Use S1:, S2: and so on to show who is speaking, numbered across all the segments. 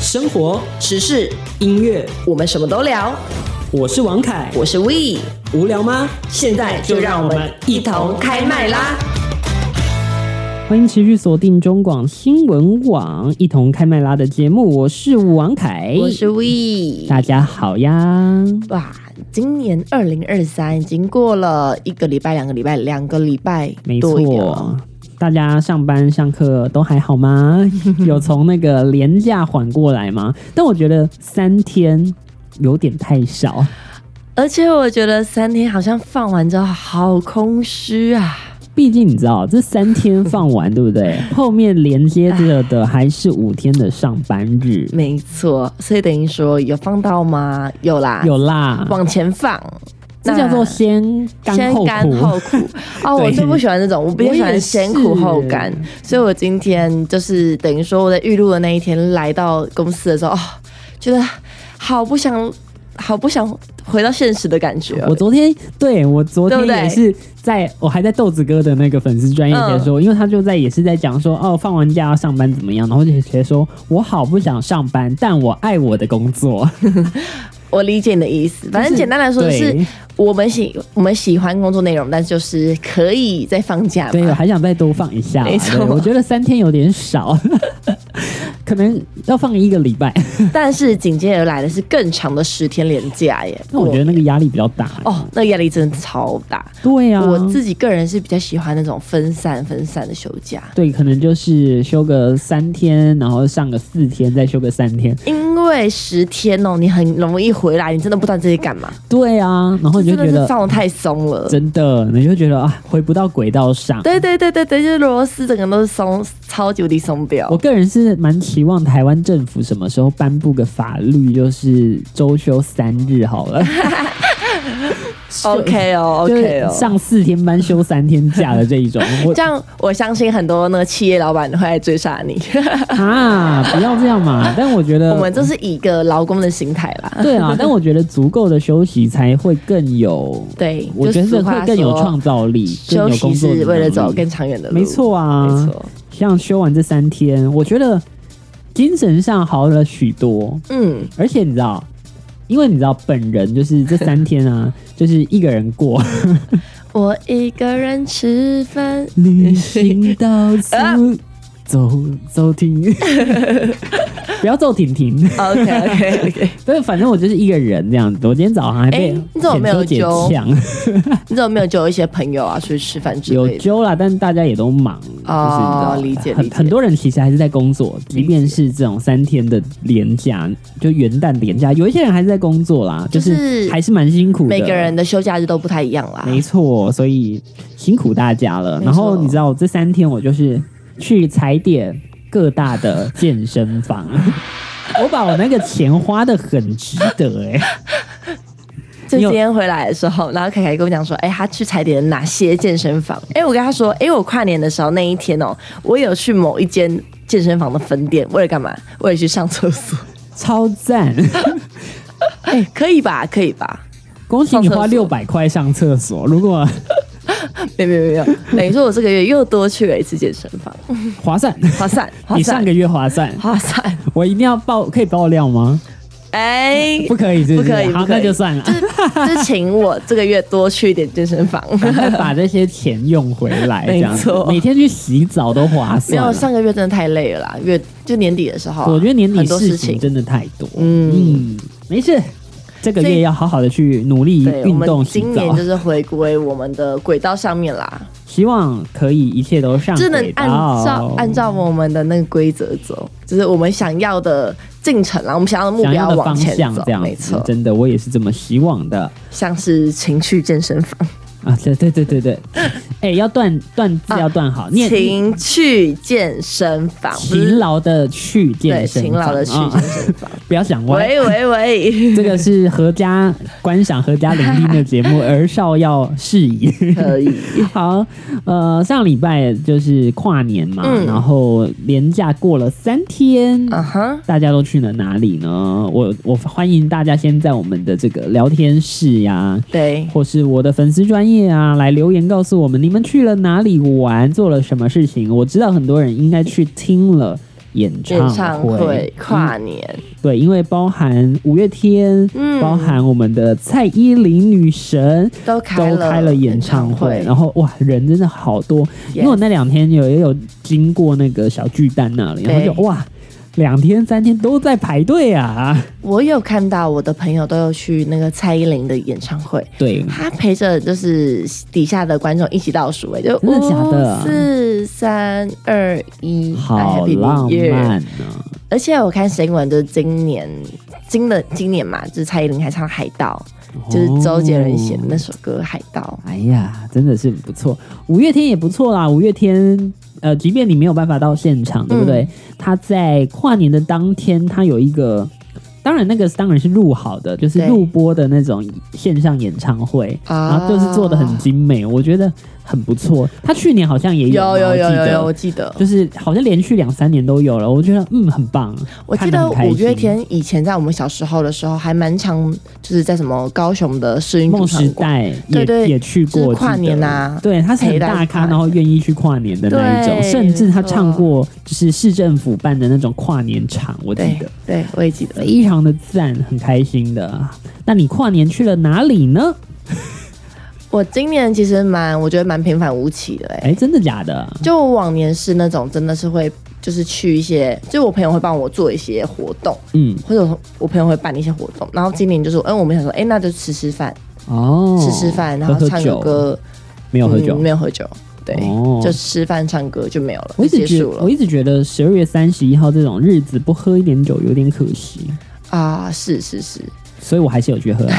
S1: 生活、
S2: 时事，
S1: 音乐，
S2: 我们什么都聊。
S1: 我是王凯。
S2: 我是 We，
S1: 无聊吗？
S2: 现在就让我们一同开麦啦！
S1: 欢迎持续锁定中广新闻网，一同开麦拉的节目。我是王凯，
S2: 我是 We，
S1: 大家好呀。
S2: 哇，今年二零二三已经过了一个礼拜、两个礼拜、两个礼拜
S1: 没
S2: 多一点了，
S1: 错，大家上班上课都还好 吗？有从那个廉价缓过来吗？但我觉得三天有点太少。
S2: 而且我觉得三天好像放完之后好空虚啊。
S1: 毕竟你知道，这三天放完，对不 对？后面连接着的还是五天的上班日，
S2: 没错，所以等于说有放到吗？有啦，
S1: 有啦。
S2: 往前放，
S1: 这叫做先甘
S2: 先
S1: 后
S2: 甘
S1: 苦。
S2: 后苦哦，
S1: 对
S2: 我最不喜欢这种，我比较喜欢先苦后甘
S1: 我也，
S2: 所以我今天就是等于说我在预录的那一天来到公司的时候，哦，觉得好不想，好不想回到现实的感觉哦。
S1: 我昨天对我昨天
S2: 对不对
S1: 也是在我还在豆子哥的那个粉丝专业
S2: 嗯
S1: 的时候，因为他就在也是在讲说哦，放完假要上班怎么样，然后就觉得说我好不想上班，但我爱我的工作。
S2: 我理解你的意思，反正简单来说 就是
S1: 对
S2: 我们喜我们喜欢工作内容，但就是可以再放假
S1: 对，啊我
S2: 嘛。
S1: 还想再多放一下啦。
S2: 呃 没错
S1: 对我觉得三天有点少， 可能要放一个礼拜。
S2: 但是紧接而来的是更长的十天连假耶。
S1: 那我觉得那个压力比较大。
S2: 哦，那压力真的超大。
S1: 对呀、啊，
S2: 我自己个人是比较喜欢那种分散分散的休假。
S1: 对，可能就是休个三天，然后上个四天，再休个三天。
S2: 因为十天哦，你很容易回来，你真的不知道自己干嘛，
S1: 对啊，然后你就
S2: 真
S1: 觉
S2: 的是
S1: 得
S2: 放的太松了。
S1: 真的，你就觉得啊，回不到轨道上。
S2: 对对对对对，就是螺丝整个都是松，超级无敌松掉
S1: 我。个人是蛮期望台湾政府什么时候颁布个法律，就是周休三日好了。
S2: OK 哦
S1: 就是
S2: ，OK 哦。
S1: 上四天班休三天假的这一 种，我
S2: 这样，我相信很多那个企业老板会来追杀 你。
S1: 啊，不要这样嘛。但我觉得
S2: 我们这是以一个劳工的心态啦，
S1: 对 啊，但我觉得足够的休息才会更有，
S2: 对
S1: 我觉得
S2: 就俗话
S1: 会更有
S2: 说
S1: 创造力，
S2: 休
S1: 更有
S2: 息
S1: 工作
S2: 是为了
S1: 能力
S2: 走更长远的路。
S1: 没，错啊，
S2: 没。错。
S1: 像休完这三天，我觉得精神上好了许多，
S2: 嗯，
S1: 而且你知道，因为你知道本人就是这三天 啊，就是一个人过，
S2: 我一个人吃饭，
S1: 旅行到此、
S2: 啊
S1: 走走 停，不要走停停。
S2: OK OK OK，
S1: 对，反正我就是一个人这样子。我今天早上还被
S2: 哎你怎么没有
S1: 姐
S2: 揪
S1: 抢，
S2: 你怎么没有揪一些朋友啊出去吃饭之
S1: 有
S2: 类的？
S1: 揪啦，但大家也都忙，
S2: 哦
S1: 就是你知道
S2: 理解
S1: 很
S2: 理解
S1: 很多人其实还是在工作，即
S2: 理解
S1: 便是这种三天的连假，就元旦连假，有一些人还是在工作啦，就
S2: 就是
S1: 是还是蛮辛苦的。
S2: 每个人的休假日都不太一样啦。
S1: 没错，所以辛苦大家了。
S2: 没错
S1: 然后你知道，我这三天我就是去踩点各大的健身房， 我把我那个钱花的很值得哎、
S2: 就
S1: 你
S2: 今
S1: 有
S2: 天回来的时候，然后凯凯跟我讲说，哎、他去踩点了哪些健身房？哎、我跟他说，哎、我跨年的时候那一天哦，我有去某一间健身房的分店，为了干嘛？为了去上厕 所，
S1: 超 赞！
S2: 可以吧？可以吧？
S1: 恭喜你花
S2: 上厕
S1: 六
S2: 所
S1: 百块上厕所，如果
S2: 没有没有没有，等于说我这个月又多去了一次健身房，
S1: 划算。
S2: 划算， 划
S1: 比上
S2: 算，
S1: 个月划算，
S2: 划算。
S1: 我一定要爆，可以爆料吗？
S2: 哎、
S1: 不可以是
S2: 不
S1: 是，
S2: 可以，
S1: 好，
S2: 不可
S1: 那
S2: 以
S1: 就算了，
S2: 就就请我这个月多去一点健 身房。
S1: 赶快把这些钱用回来，这
S2: 没
S1: 样子
S2: 错
S1: 每天去洗澡都划
S2: 没
S1: 算
S2: 有，
S1: 啊。
S2: 上个月真的太累了啦，月就年底的时候啊、
S1: 我觉得年底
S2: 很多
S1: 事
S2: 事
S1: 情
S2: 情
S1: 真的太多，
S2: 嗯
S1: 嗯，没事，这个
S2: 所以
S1: 月要好好的去努力
S2: 对，我
S1: 运动
S2: 们
S1: 洗
S2: 今年
S1: 澡
S2: 就，是回归我们的轨道上面啦，
S1: 希望可以一切都上
S2: 就能
S1: 轨
S2: 按照
S1: 道，
S2: 按照我们的那个规则走，就是我们想要的进程啦，我们想要的目
S1: 想要
S2: 标
S1: 的
S2: 往
S1: 方
S2: 前
S1: 向
S2: 走
S1: 这，样
S2: 没
S1: 子
S2: 错，，
S1: 真的我也是这么希望的
S2: 像是情趣健身房，
S1: 啊！对对对对 对，哎，要断断字
S2: 啊
S1: 要断好，念
S2: 情趣健身房，不
S1: 勤
S2: 是
S1: 劳的去健
S2: 对，
S1: 身
S2: 勤
S1: 房，
S2: 劳的去
S1: 啊
S2: 健身房，
S1: 不要想歪。
S2: 喂喂喂，
S1: 欸 这个是合家观赏合家聆听的节目，儿少要适宜。
S2: 可以，
S1: 好，呃，上礼拜就是跨年嘛，
S2: 嗯
S1: 然后连假过了三天。
S2: 啊哈，
S1: 大家都去了哪里呢？我我欢迎大家先在我们的这个聊天室呀、
S2: 对。
S1: 或是我的粉丝专业啊，来留言告诉我们你们去了哪里玩，做了什么事情。我知道很多人应该去听了演
S2: 演
S1: 唱嗯
S2: 唱会、跨年，
S1: 对，因为包含五月天，
S2: 嗯
S1: 包含我们的蔡依林女神。
S2: 都开
S1: 都
S2: 了
S1: 开了演唱会，哦
S2: 演唱
S1: 然后哇，人真的好多。
S2: Yes
S1: 因为我那两天有也有经过那个小巨蛋那里，然后
S2: 对
S1: 就哇，两天三天都在排队啊。
S2: 我有看到我的朋友都有去那个蔡依林的演唱会，
S1: 对，
S2: 他陪着就是底下的观众一起倒数、哎，就
S1: 真的假的
S2: 五四三二一，
S1: 好
S2: Happy New
S1: 浪
S2: Year
S1: 漫啊！
S2: 而且我看新闻，就是今年，今的今年嘛，就是蔡依林还唱《海盗》
S1: 哦
S2: 就是周杰伦写的那首歌《海盗》。
S1: 哎呀，真的是不错，五月天也不错啦。五月天，呃，即便你没有办法到现场，对不
S2: 嗯
S1: 对？他在跨年的当天，他有一个，当然那个当然是录好的，就是
S2: 对
S1: 录播的那种线上演唱会，
S2: 啊
S1: 然后就是做的很精美，我觉得很不错。他去年好像也有，
S2: 有有有有有，
S1: 我
S2: 我
S1: 记
S2: 记得
S1: 得，就是好像连续两三年都有了，我觉得嗯很棒。
S2: 我记
S1: 看
S2: 得
S1: 很开
S2: 五月
S1: 心
S2: 天以前在我们小时候的时候，还蛮常就是在什么高雄的试运
S1: 梦
S2: 主
S1: 时
S2: 场过。
S1: 代也
S2: 对对
S1: 也去
S2: 就
S1: 过
S2: 是跨年啊
S1: 记得对，他是很
S2: 陪大家
S1: 大
S2: 跨
S1: 咖，
S2: 年
S1: 然后愿意去跨年的那一种，
S2: 对
S1: 甚至他唱过就是市政府办的那种跨年场，我记
S2: 对
S1: 得
S2: 对，我也记得。
S1: 非常的赞，很开心的。那你跨年去了哪里呢？
S2: 我今年其实蛮，我觉得蛮平凡无奇的哎、
S1: 哎，真的假的？
S2: 就我往年是那种真的是会，就是去一些，就我朋友会帮我做一些活动，
S1: 嗯，
S2: 或者我朋友会办一些活动。然后今年就是，哎、我们想说，哎、那就吃吃饭，
S1: 哦，
S2: 吃吃饭，然
S1: 喝
S2: 后
S1: 喝
S2: 唱个
S1: 酒
S2: 歌，
S1: 没有喝酒
S2: 嗯，。没有喝酒，对，
S1: 哦
S2: 就吃饭唱歌就没有了，
S1: 我一
S2: 就
S1: 直
S2: 结
S1: 觉
S2: 束了
S1: 我一直觉得十二月三十一号这种日子不喝一点酒有点可惜，
S2: 啊，是是是，
S1: 所以我还是有去 喝、啊，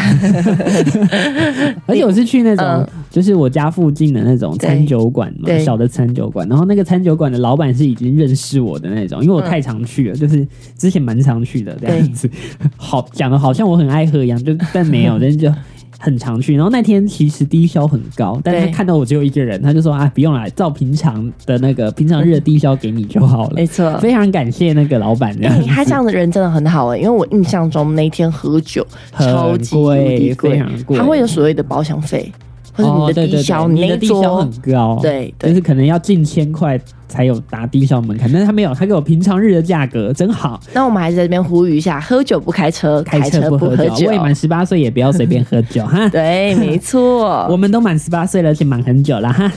S1: 而且我是去那种、
S2: 嗯
S1: 就是我家附近的那种餐酒馆嘛，
S2: 对对
S1: 小的餐酒馆。然后那个餐酒馆的老板是已经认识我的那种，因为我
S2: 嗯
S1: 太常去了，就是之前蛮常去的这样子。 好讲的好像我很爱喝一样，就但没 有，但是就。很常去，然后那天其实低消很高，但是他
S2: 对
S1: 看到我只有一个人，
S2: 嗯
S1: 他就说啊，不用啦，照平常的那个平常日的低消给你就好了。
S2: 没错。
S1: 非常感谢那个老板，这样
S2: 嗯哎
S1: 子
S2: 他这样的人真的很好哎、因为我印象中那一天喝酒
S1: 很
S2: 超级无敌
S1: 贵非
S2: 贵
S1: 常，贵
S2: 他会有所谓的包厢费，或者
S1: 哦，
S2: 你的
S1: 对对
S2: 低
S1: 对
S2: 消，
S1: 你
S2: 那
S1: 的
S2: 一
S1: 低消
S2: 桌
S1: 很高，
S2: 对对
S1: 就是可能要近千块才有达低消门槛，但是他没有，他给我平常日的价格，真好。
S2: 那我们还是在这边呼吁一下：喝酒不开车，
S1: 开
S2: 车
S1: 不
S2: 喝
S1: 喝未满十八岁也不要随便喝酒哈。
S2: 对，没
S1: 我
S2: 错。
S1: 们都满十八岁了，而且满很久了哈。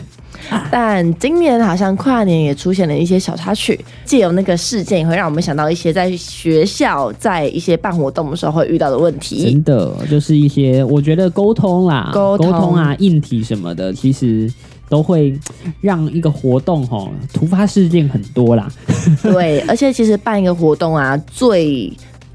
S2: 但今年好像跨年也出现了一些小插曲，借由那个事件，也会让我们想到一些在学校、在一些办活动的时候会遇到的问题。
S1: 真的，就是一些我觉得沟通啦，
S2: 沟通
S1: 通啊，硬体什么的，其实都会让一个活动吼突发事件很多啦。
S2: 对，而且其实办一个活动啊，最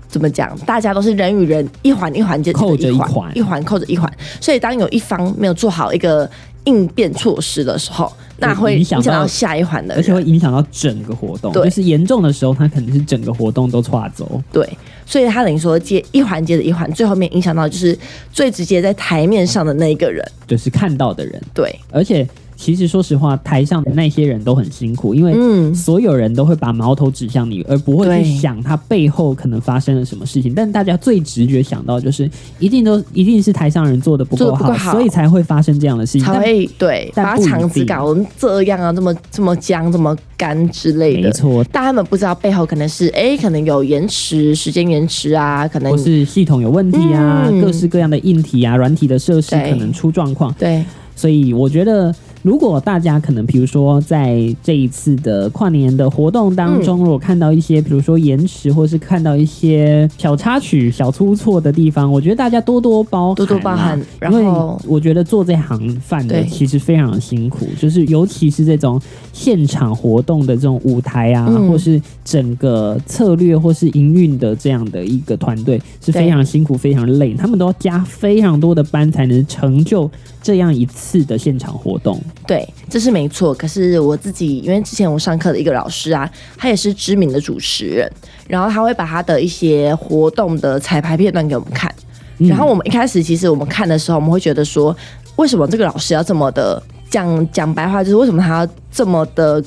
S2: 怎么讲，大家都是人与人一环一环接
S1: 扣着一
S2: 一
S1: 环
S2: 环，一环扣着一环。所以当有一方没有做好一个应变措施的时候，那
S1: 会
S2: 会
S1: 影
S2: 影
S1: 响
S2: 响
S1: 到
S2: 到下一环的
S1: 而
S2: 人
S1: 且。会影响到整个活动，
S2: 对
S1: 就是严重的时候，它可能是整个活动都岔走。
S2: 对，所以他等于说接一环接着一环，最后面影响到就是最直接在台面上的那一个人。
S1: 就是看到的人，
S2: 对，
S1: 而且其实说实话，台上的那些人都很辛苦，因为
S2: 嗯，
S1: 所有人都会把矛头指向你，而不会
S2: 对
S1: 去想他背后可能发生了什么事情。但大家最直觉想到就是，一定都一定是台上人做的不够
S2: 做得不
S1: 好，
S2: 够好
S1: 所以才会发生这样的事情。嗯
S2: 才
S1: 但
S2: 会对
S1: 但
S2: 把
S1: 不一
S2: 肠子
S1: 定
S2: 搞成这样啊，这么这么僵，这么干之类
S1: 没
S2: 的。
S1: 错，
S2: 但他们不知道背后可能是哎，可能有延迟，时间延迟啊，可能
S1: 或是系统有问题啊，
S2: 嗯
S1: 各式各样的硬体啊、软体的设施
S2: 对
S1: 可能出状况。
S2: 对
S1: 所以我觉得，如果大家可能，比如说在这一次的跨年的活动当中，如果看到一些，比如说延迟，或是看到一些小插曲、小出错的地方，我觉得大家多多包涵啦
S2: 多多包涵然
S1: 因
S2: 后
S1: 为我觉得做这行饭的
S2: 对
S1: 其实非常辛苦，就是尤其是这种现场活动的这种舞台啊，
S2: 嗯
S1: 或是整个策略或是营运的这样的一个团队是非
S2: 对
S1: 常辛苦、非常累，他们都要加非常多的班才能成就这样一次的现场活动。
S2: 对，这是没错。可是我自己，因为之前我上课的一个老师啊，他也是知名的主持人，然后他会把他的一些活动的彩排片段给我们看。
S1: 嗯
S2: 然后我们一开始其实我们看的时候，我们会觉得说，为什么这个老师要这么的讲讲白话，就是为什么他要这么的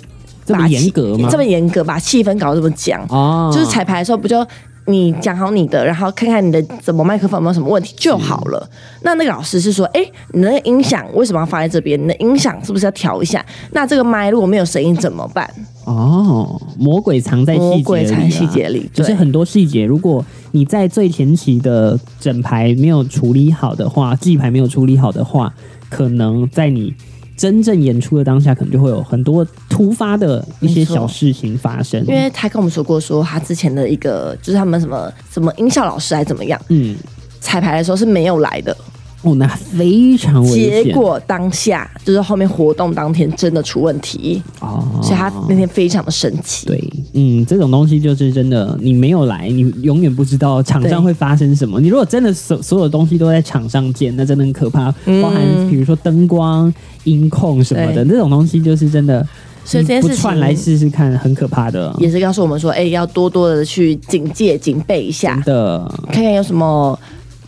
S1: 这么
S2: 把气
S1: 严格吗
S2: 这么严格，把气氛搞得这么僵。
S1: 哦
S2: 就是彩排的时候不就你讲好你的，然后看看你的怎么麦克风有没有什么问题就好了。
S1: 嗯
S2: 那那个老师是说，哎、你的音响为什么要放在这边？你的音响是不是要调一下？那这个麦如果没有声音怎么办？
S1: 哦，魔鬼藏在细节里、啊，
S2: 魔鬼藏细节里
S1: 就是
S2: 对
S1: 很多细节。如果你在最前期的整排没有处理好的话，记牌没有处理好的话，可能在你真正演出的当下，可能就会有很多突发的一些
S2: 没错
S1: 小事情发生。
S2: 因为他跟我们说过说他之前的一个就是他们什么什么音效老师还怎么样
S1: 嗯，
S2: 彩排的时候是没有来的，
S1: 哦，那非常危险。
S2: 结果当下就是后面活动当天真的出问题，
S1: 哦，
S2: 所以他那天非常的生气。
S1: 对，嗯，这种东西就是真的，你没有来，你永远不知道场上
S2: 对
S1: 会发生什么。你如果真的所所有东西都在场上见，那真的很可怕，包含比如说灯光、音控什么的，
S2: 嗯对
S1: 这种东西就是真的，
S2: 所以这件
S1: 你
S2: 事
S1: 不
S2: 情
S1: 串来试试看，很可怕的，
S2: 也是告诉我们说，哎、要多多的去警戒、警备一下
S1: 真，的。
S2: 看看有什么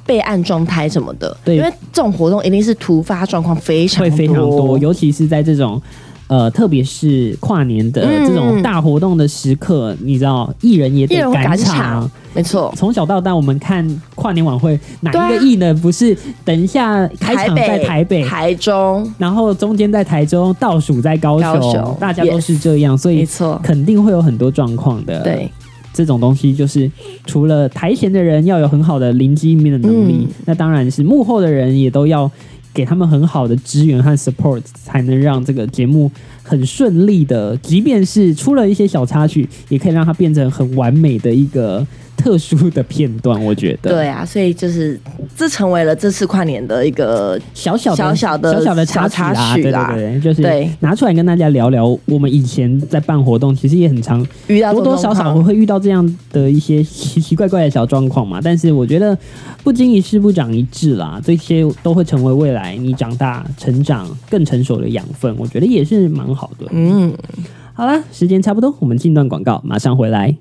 S2: 备案状态什么的。
S1: 对
S2: 因为这种活动一定是突发状况非常
S1: 会非常多，尤其是在这种。呃，特别是跨年的
S2: 嗯
S1: 这种大活动的时刻，你知道，艺人也
S2: 艺
S1: 得
S2: 人会赶
S1: 场
S2: 场，没错，
S1: 从小到大，我们看跨年晚会，哪
S2: 对啊
S1: 一个艺人不是等一下开
S2: 台
S1: 场在
S2: 北、
S1: 台北，
S2: 台中，
S1: 然后中间在台中，倒数在高雄，
S2: 高雄
S1: 大家都是这样，所
S2: 没
S1: 以
S2: 错，
S1: 肯定会有很多状况的。
S2: 对，
S1: 这种东西就是除了台前的人要有很好的临机应变的能力，
S2: 嗯
S1: 那当然是幕后的人也都要给他们很好的支援和 support，才能让这个节目很顺利的，即便是出了一些小插曲，也可以让它变成很完美的一个特殊的片段。我觉得，，
S2: 对啊，所以就是这成为了这次跨年的一个
S1: 小小的
S2: 小小的
S1: 小小的插曲
S2: 小
S1: 啊，
S2: 插
S1: 对
S2: 曲
S1: 对
S2: 啦
S1: 对，就是
S2: 对
S1: 拿出来跟大家聊聊。我们以前在办活动，其实也很常
S2: 遇到这
S1: 多
S2: 种
S1: 多少
S2: 状
S1: 少
S2: 况
S1: 会遇到这样的一些 奇奇怪怪的小状况嘛。但是我觉得不经一事不长一智啦，这些都会成为未来你长大、成长更成熟的养分。我觉得也是蛮好的。
S2: 嗯。
S1: 好啦，时间差不多，我们进段广告，马上回来。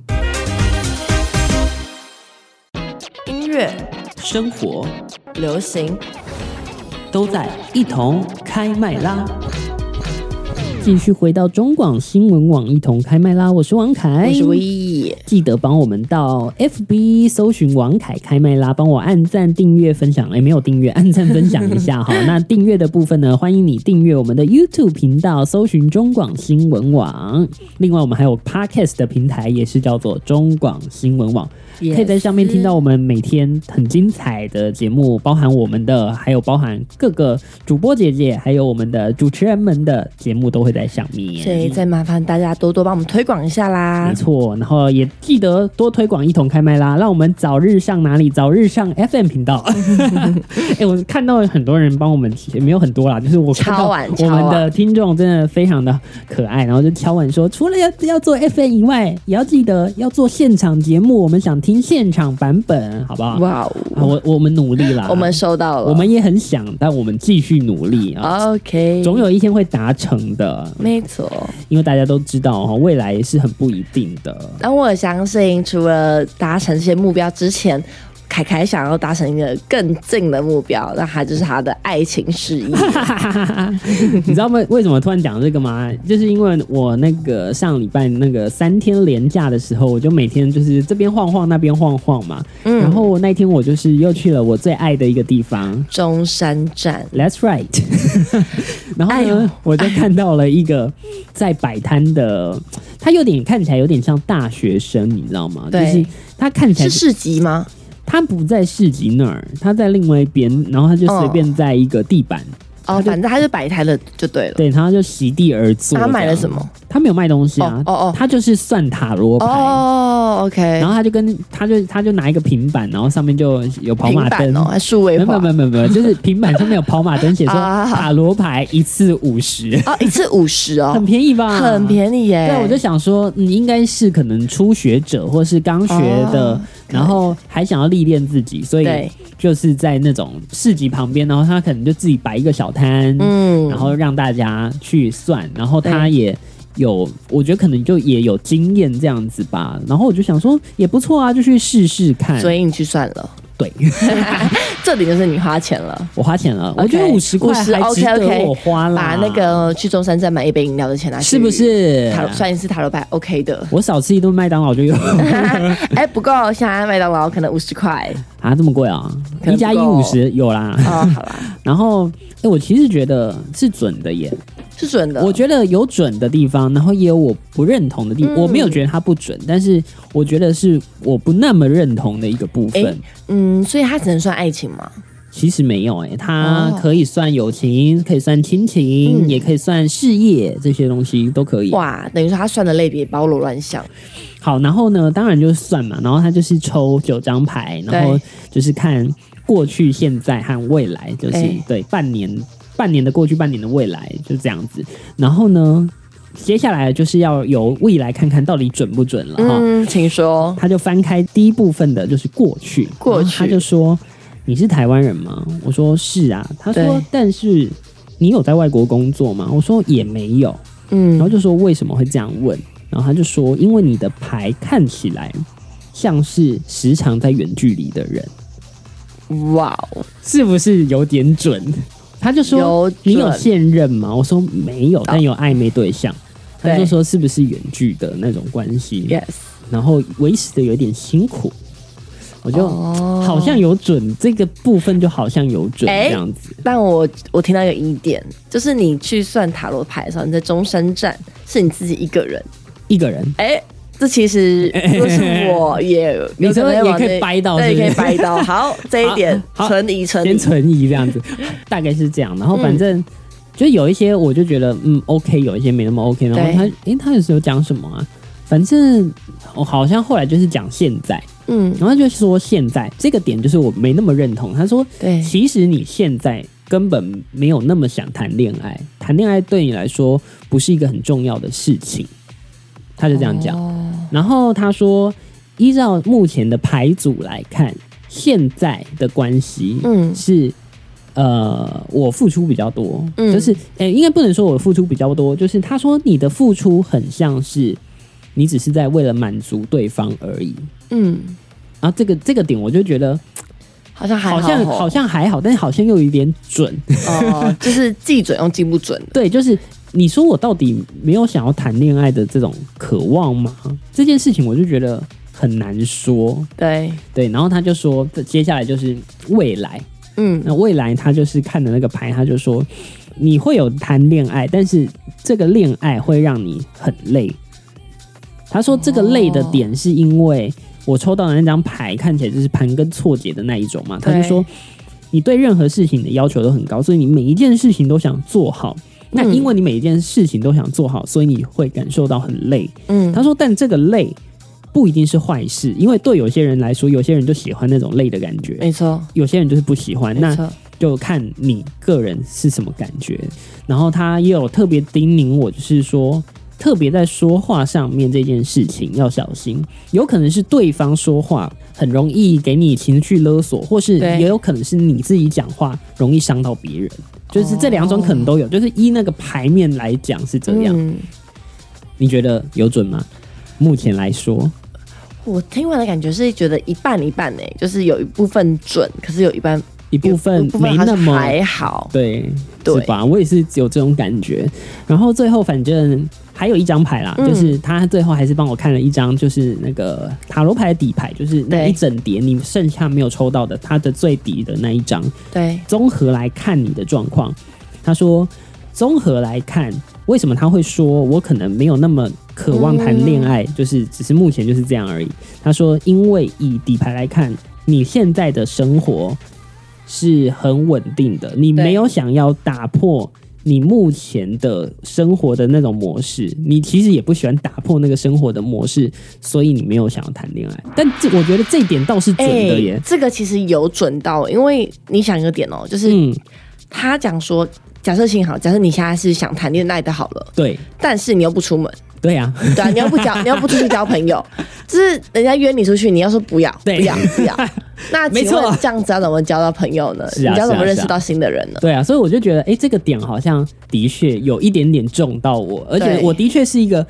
S2: 音乐、
S1: 生活
S2: 流行，
S1: 都在一同开麦啦。继续回到中广新闻网一同开麦啦，我是王凯，
S2: 我是唯一。
S1: 记得帮我们到 FB 搜寻王凯开麦啦，帮我按赞、订阅、分享。哎，没有订阅， 按赞分享一下哈。那订阅的部分呢，欢迎你订阅我们的 YouTube 频道，搜寻中广新闻网。另外，我们还有 Podcast 的平台，也是叫做中广新闻网。可以在上面听到我们每天很精彩的节目，包含我们的，还有包含各个主播姐姐，还有我们的主持人们的节目都会在上面。
S2: 所以再麻烦大家多多帮我们推广一下啦
S1: 没。错，然后也记得多推广一同开麦啦，让我们早日上哪里？早日上 FM 频道。哎、我看到很多人帮我们，也没有很多啦，就是我看到
S2: 敲碗
S1: 我
S2: 敲
S1: 们的
S2: 碗
S1: 听众真的非常的可爱，然后就敲碗说，除了要要做 FM 以外，也要记得要做现场节目，我们想听现场版本，好不好？
S2: 哇
S1: 啊、
S2: 哦，
S1: 我我们努力啦，
S2: 我们收到了，
S1: 我们也很想，但我们继续努力啊。
S2: 哦 OK，
S1: 总有一天会达成的，
S2: 没错。
S1: 因为大家都知道哦，未来是很不一定的。
S2: 但我相信，除了达成这些目标之前，凯凯想要达成一个更近的目标，那他就是他的爱情事 业。
S1: 你知道为为什么突然讲这个吗？就是因为我那个上礼拜那个三天连假的时候，我就每天就是这边晃晃那边晃晃嘛。
S2: 嗯
S1: 然后那天我就是又去了我最爱的一个地方
S2: 中山站，
S1: ，That's right。然 后
S2: 哎
S1: 呢
S2: 呦，
S1: 我就看到了一个在摆摊的，他有点看起来有点像大学生，你知道吗？就
S2: 对
S1: 是他看起来
S2: 是市集吗？
S1: 他不在市集那儿，他在另外一边，然后他就随便在一个地板，
S2: 哦，反正他就摆摊的就对了。
S1: 对，然后就席地而坐。
S2: 他买了
S1: 这样
S2: 什么？
S1: 他没有卖东西啊，
S2: 哦哦哦
S1: 他就是算塔罗牌。
S2: 哦，OK，
S1: 然后他就跟他就他就拿一个平板，然后上面就有跑
S2: 平
S1: 马灯
S2: 板，哦，还数
S1: 没
S2: 位
S1: 有没
S2: 化
S1: 有没有没有 没有，就是平板上面有跑马灯，写说
S2: 啊
S1: 塔罗牌一次五十，
S2: 哦，一次五十哦
S1: 很，便宜吧？
S2: 很
S1: 宜。
S2: 便宜耶。
S1: 对，我就想说，你应该是可能初学者或是刚学的，
S2: 哦
S1: 然后还想要历练自己，所以
S2: 对
S1: 就是在那种市集旁边，然后他可能就自己摆一个小摊，
S2: 嗯
S1: 然后让大家去算，然后他
S2: 对
S1: 也有，我觉得可能就也有经验这样子吧。然后我就想说也不错啊，就去试试看。
S2: 所以你去算了，
S1: 对
S2: 这里就是你花钱了。
S1: 我花钱了我觉得五十块
S2: 十
S1: 还值
S2: OK
S1: 得
S2: OK，
S1: 我花了。
S2: 把那个去中山站买一杯饮料的钱拿去，
S1: 是不？是？，
S2: 塔罗算一次塔罗牌 OK 的
S1: 我少吃一顿麦当劳就有
S2: 哎，不够，现在麦当劳可能五十块
S1: 啊，这么贵啊？
S2: 可能不够
S1: 一加一五十有啦。
S2: 哦，好啦，
S1: 然后，哎、我其实觉得是准的耶。
S2: 是准的。
S1: 我觉得有准的地方，然后也有我不认同的地
S2: 嗯
S1: 我没有觉得它不准，但是我觉得是我不那么认同的一个部分。
S2: 哎嗯，所以它只能算爱情嘛？
S1: 其实没有哎、它
S2: 哦
S1: 可以算友情，可以算亲情，
S2: 嗯
S1: 也可以算事业，这些东西都可以。
S2: 哇，等于说它算的类别包罗万象。
S1: 好，然后呢，当然就是算嘛，然后他就是抽九张牌，然后
S2: 对
S1: 就是看过去、现在和未来，就是、
S2: 哎
S1: 对半年、半年的过去、半年的未来，就这样子。然后呢，接下来就是要由未来看看到底准不准了哈。
S2: 嗯，请说。
S1: 他就翻开第一部分的，就是过去，
S2: 过
S1: 然后他
S2: 去
S1: 就说：“你是台湾人吗？”我说：“是啊。”他说
S2: 对：“
S1: 但是你有在外国工作吗？”我说：“也没有。”然后
S2: 嗯，
S1: 就说为什么会这样问，然后他就说，因为你的牌看起来像是时常在远距离的人，
S2: 哇哦，
S1: 是不是有点准？他就说
S2: 有
S1: 你有
S2: 准哦
S1: 现任吗？我说没有，但有暧昧对象。他就
S2: 对
S1: 说是不是远距的那种关系
S2: yes，
S1: 然后维持的有点辛苦，我就、
S2: 哦
S1: 好像有准这个部分，就好像有准
S2: 哎
S1: 这样子。
S2: 但我我听到有疑点，就是你去算塔罗牌的时候，你在中山站是你自己一个人，
S1: 一个人
S2: 哎、这 其实若是我也有可能
S1: 你这
S2: 会往
S1: 个也可以
S2: 那
S1: 掰到
S2: 对，
S1: 是不
S2: 可
S1: 是
S2: 以掰到。好，这一点
S1: 好好
S2: 存疑存
S1: 先
S2: 疑。
S1: 存疑这样 子，大概是这样。然后反正、
S2: 嗯
S1: 就有一些我就觉得嗯 OK，有一些没那么 OK。然后
S2: 对
S1: 他诶、他有时候讲什么啊？反正我好像后来就是讲现在，
S2: 嗯，
S1: 然后他就说现在这个点就是我没那么认同。他说
S2: 对，
S1: 其实你现在根本没有那么想谈恋爱，谈恋爱对你来说不是一个很重要的事情。他就这样讲。
S2: 哦
S1: 然后他说，依照目前的牌组来看，现在的关系，
S2: 嗯
S1: 是。呃，我付出比较多，
S2: 嗯
S1: 就是呃、应该不能说我付出比较多，就是他说你的付出很像是你只是在为了满足对方而已。
S2: 嗯，
S1: 然后这个这个点，我就觉得
S2: 好像还
S1: 好
S2: 好
S1: 像
S2: 吼
S1: 好像还好，但是好像又有一点准。
S2: 哦，就是既准又既不准的。
S1: 对，就是你说我到底没有想要谈恋爱的这种渴望吗？这件事情，我就觉得很难说。
S2: 对，
S1: 对，然后他就说，这接下来就是未来。
S2: 嗯，
S1: 那未来他就是看的那个牌，他就说你会有谈恋爱，但是这个恋爱会让你很累。他说这个累的点是因为我抽到的那张牌看起来就是盘根错节的那一种嘛，他
S2: 对
S1: 就说你对任何事情的要求都很高，所以你每一件事情都想做好。那
S2: 嗯
S1: 因为你每一件事情都想做好，所以你会感受到很累。
S2: 嗯，
S1: 他说，但这个累不一定是坏事，因为对有些人来说，有些人就喜欢那种累的感觉，
S2: 没错，
S1: 有些人就是不喜欢。那
S2: 没错，
S1: 就看你个人是什么感觉。然后他也有特别叮咛我，就是说，特别在说话上面这件事情要小心，有可能是对方说话很容易给你情绪勒索，或是
S2: 对
S1: 也有可能是你自己讲话容易伤到别人。就是这两种可能都有，就是依那个牌面来讲是这样。
S2: 嗯
S1: 你觉得有准吗？目前来说，
S2: 我听完的感觉是觉得一半一半呢、欸就是有一部分准，可是有一半
S1: 一部分
S2: 有部
S1: 没
S2: 好
S1: 那
S2: 像
S1: 么
S2: 还好。
S1: 对，
S2: 对
S1: 是吧？我也是有这种感觉。然后最后反正还有一张牌啦，
S2: 嗯
S1: 就是他最后还是帮我看了一张，就是那个塔罗牌的底牌，就是那
S2: 对
S1: 一整叠你剩下没有抽到的，它的最底的那一张，
S2: 对，
S1: 综合来看你的状况。他说，综合来看，为什么他会说我可能没有那么渴望谈恋爱，
S2: 嗯
S1: 就是只是目前就是这样而已。他说，因为以底牌来看，你现在的生活是很稳定的，你
S2: 对
S1: 没有想要打破。你目前的生活的那种模式，你其实也不喜欢打破那个生活的模式，所以你没有想要谈恋爱。但这我觉得这一点倒是准的耶。
S2: 欸这个其实有准到，欸因为你想一个点哦，就是
S1: 嗯，
S2: 他讲说，假设性好，假设你现在是想谈恋爱的好了，
S1: 对
S2: 但是你又不出门，
S1: 对啊，
S2: 对啊，你又不交，你又不出去交朋友， 就是人家约你出去，你要说不要，不
S1: 对
S2: 要，不要。那
S1: 没
S2: 请
S1: 错
S2: 问这样子要怎么交到朋友呢？
S1: 是啊
S2: 你要怎
S1: 是啊
S2: 么认
S1: 是
S2: 识
S1: 啊
S2: 到新的人呢？
S1: 对啊，所以我就觉得，哎、这个点好像的确有一点点中到我，而且
S2: 对
S1: 我的确是一个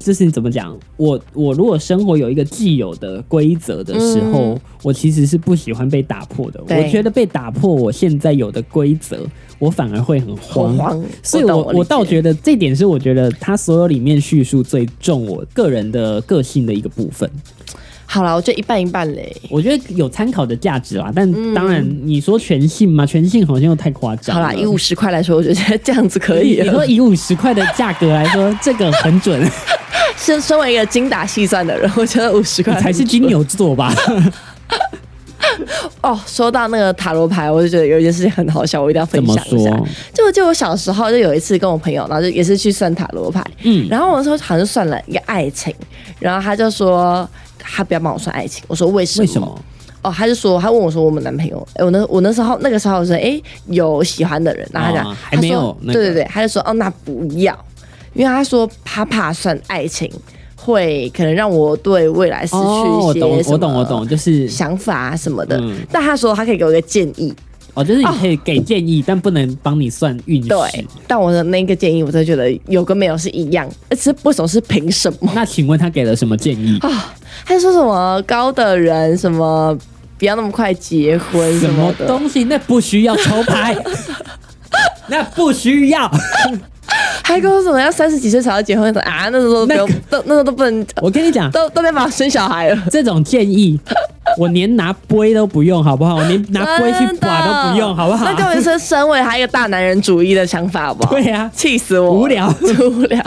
S1: 就是怎么讲，我我如果生活有一个既有的规则的时候，
S2: 嗯
S1: 我其实是不喜欢被打破的。
S2: 对
S1: 我觉得被打破我现在有的规则，我反而会很
S2: 好
S1: 慌。
S2: 慌，
S1: 所以
S2: 懂
S1: 我，
S2: 我
S1: 我
S2: 理
S1: 倒
S2: 解
S1: 觉得这点是我觉得他所有里面叙述最重我个人的个性的一个部分。啊
S2: 好了，我觉得一半一半嘞。
S1: 我觉得有参考的价值啦，但当然你说全信嘛，全信好像又太夸张
S2: 嗯好
S1: 了。
S2: 啦，以五十块来说，我觉得这样子可以
S1: 你说
S2: 了。
S1: 以五十块的价格来说， 这个很准，
S2: 身身为一个精打细算的人，我觉得五十
S1: 你
S2: 块
S1: 才是金牛座吧？
S2: 哦。说到那个塔罗牌，我就觉得有一件事情很好笑，我一定要分
S1: 怎么
S2: 享一下
S1: 说。
S2: 就就我小时候就有一次跟我朋友，然后就也是去算塔罗牌，
S1: 嗯，
S2: 然后我说好像算了一个爱情，然后他就说他不要帮我算爱情，我说为什么？
S1: 为什么？
S2: 哦，他就说，他问我说，我们男朋友，哎、我那我那时候那个时候我说，哎、有喜欢的人，然后他讲、
S1: 哦还
S2: 他说
S1: 没有那个
S2: 对对对，他就说，哦，那不要，因为他说他怕算爱情会可能让我对未来失去
S1: 哦，我
S2: 一
S1: 懂
S2: 些，什
S1: 我懂，我
S2: 么
S1: 懂，就是
S2: 想法啊什么的，
S1: 嗯
S2: 但他说他可以给我一个建议，
S1: 哦，就是你可以给建议，但不能帮你算运势。
S2: 对，但我的那个建议，我真的觉得有跟没有是一样，而且为什么是凭什么？
S1: 那请问他给了什么建议？
S2: 他就说什么高的人什么不要那么快结婚
S1: 什么
S2: 的，
S1: 东西？那不需要抽牌， 那不需要。
S2: 还跟我说什么要三十几岁才要结婚的啊？那时候都不用，都那时候都不能，
S1: 我跟你讲，
S2: 都都没办法生小孩了。
S1: 这种建议，我连拿杯都不用，好不好？我连拿杯去
S2: 真的
S1: 刮都不用，好不好？
S2: 那根本是身为他一个大男人主义的想法，好不 好？
S1: 对啊
S2: 气死我！
S1: 无聊
S2: 无聊。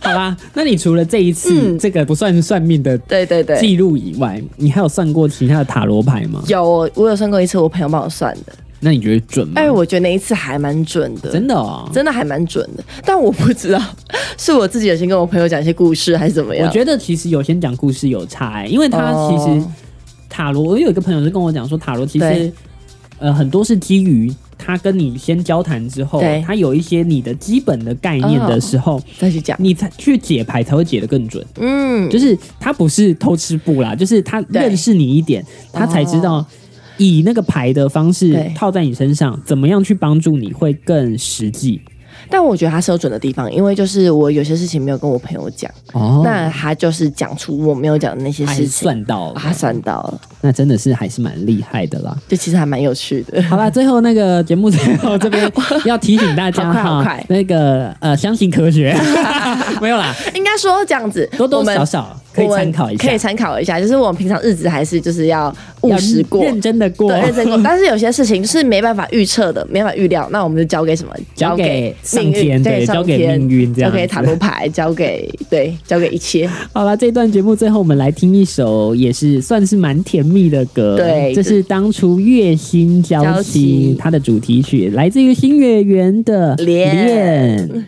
S1: 好吧，那你除了这一次、
S2: 嗯
S1: 这个不算算命的
S2: 对对对，
S1: 记录以外，你还有算过其他的塔罗牌吗？
S2: 有我我有算过一次，我朋友帮我算的。
S1: 那你觉得准吗？
S2: 哎，我觉得那一次还蛮准的，
S1: 嗯真的哦，
S2: 真的还蛮准的。但我不知道是我自己有先跟我朋友讲一些故事，还是怎么样。
S1: 我觉得其实有先讲故事有差、欸，因为他其实、
S2: 哦
S1: 塔罗，我有一个朋友是跟我讲说，塔罗其实
S2: 对
S1: 呃很多是基于他跟你先交谈之后
S2: 对，哦
S1: 他有一些你的基本的概念的时候，
S2: 再去讲，
S1: 你才去解牌才会解得更准。
S2: 嗯，
S1: 就是他不是偷吃布啦，就是他
S2: 对
S1: 认识你一点，他才知道。以那个牌的方式
S2: 哦对
S1: 套在你身上，怎么样去帮助你会更实际
S2: 但我觉得他是有准的地方，因为就是我有些事情没有跟我朋友讲，
S1: 哦
S2: 那他就是讲出我没有讲的那些
S1: 还
S2: 事
S1: 是
S2: 情，
S1: 算到了
S2: 把，他算到了，
S1: 那真的是还是蛮厉害的啦。
S2: 就其实还蛮有趣的。
S1: 好啦，最后那个节目最后这边要提醒大家
S2: 好快好
S1: 哈
S2: 快，
S1: 那个呃，相信科学， 没有啦，
S2: 应该说这样子，
S1: 多多
S2: 我们
S1: 少少可以
S2: 我们
S1: 参考一下
S2: 可以，参考一下。就是我们平常日子还是就是要务实过
S1: 要。认真的过，
S2: 对，认真 过，但是有些事情是没办法预测的，没办法预料，那我们就交给什么？
S1: 交给
S2: 给
S1: 上天
S2: 命运
S1: 对
S2: 对，
S1: 交
S2: 上
S1: 给
S2: 天
S1: 命运这样
S2: 交给塔
S1: 子
S2: 罗牌，交给对，交给一切。
S1: 好了，这段节目最后我们来听一首也是算是蛮甜蜜的歌，
S2: 对
S1: 这是当初月薪交
S2: 交
S1: 心
S2: 心
S1: 它的主题曲，来自于新月圆的
S2: 恋
S1: 恋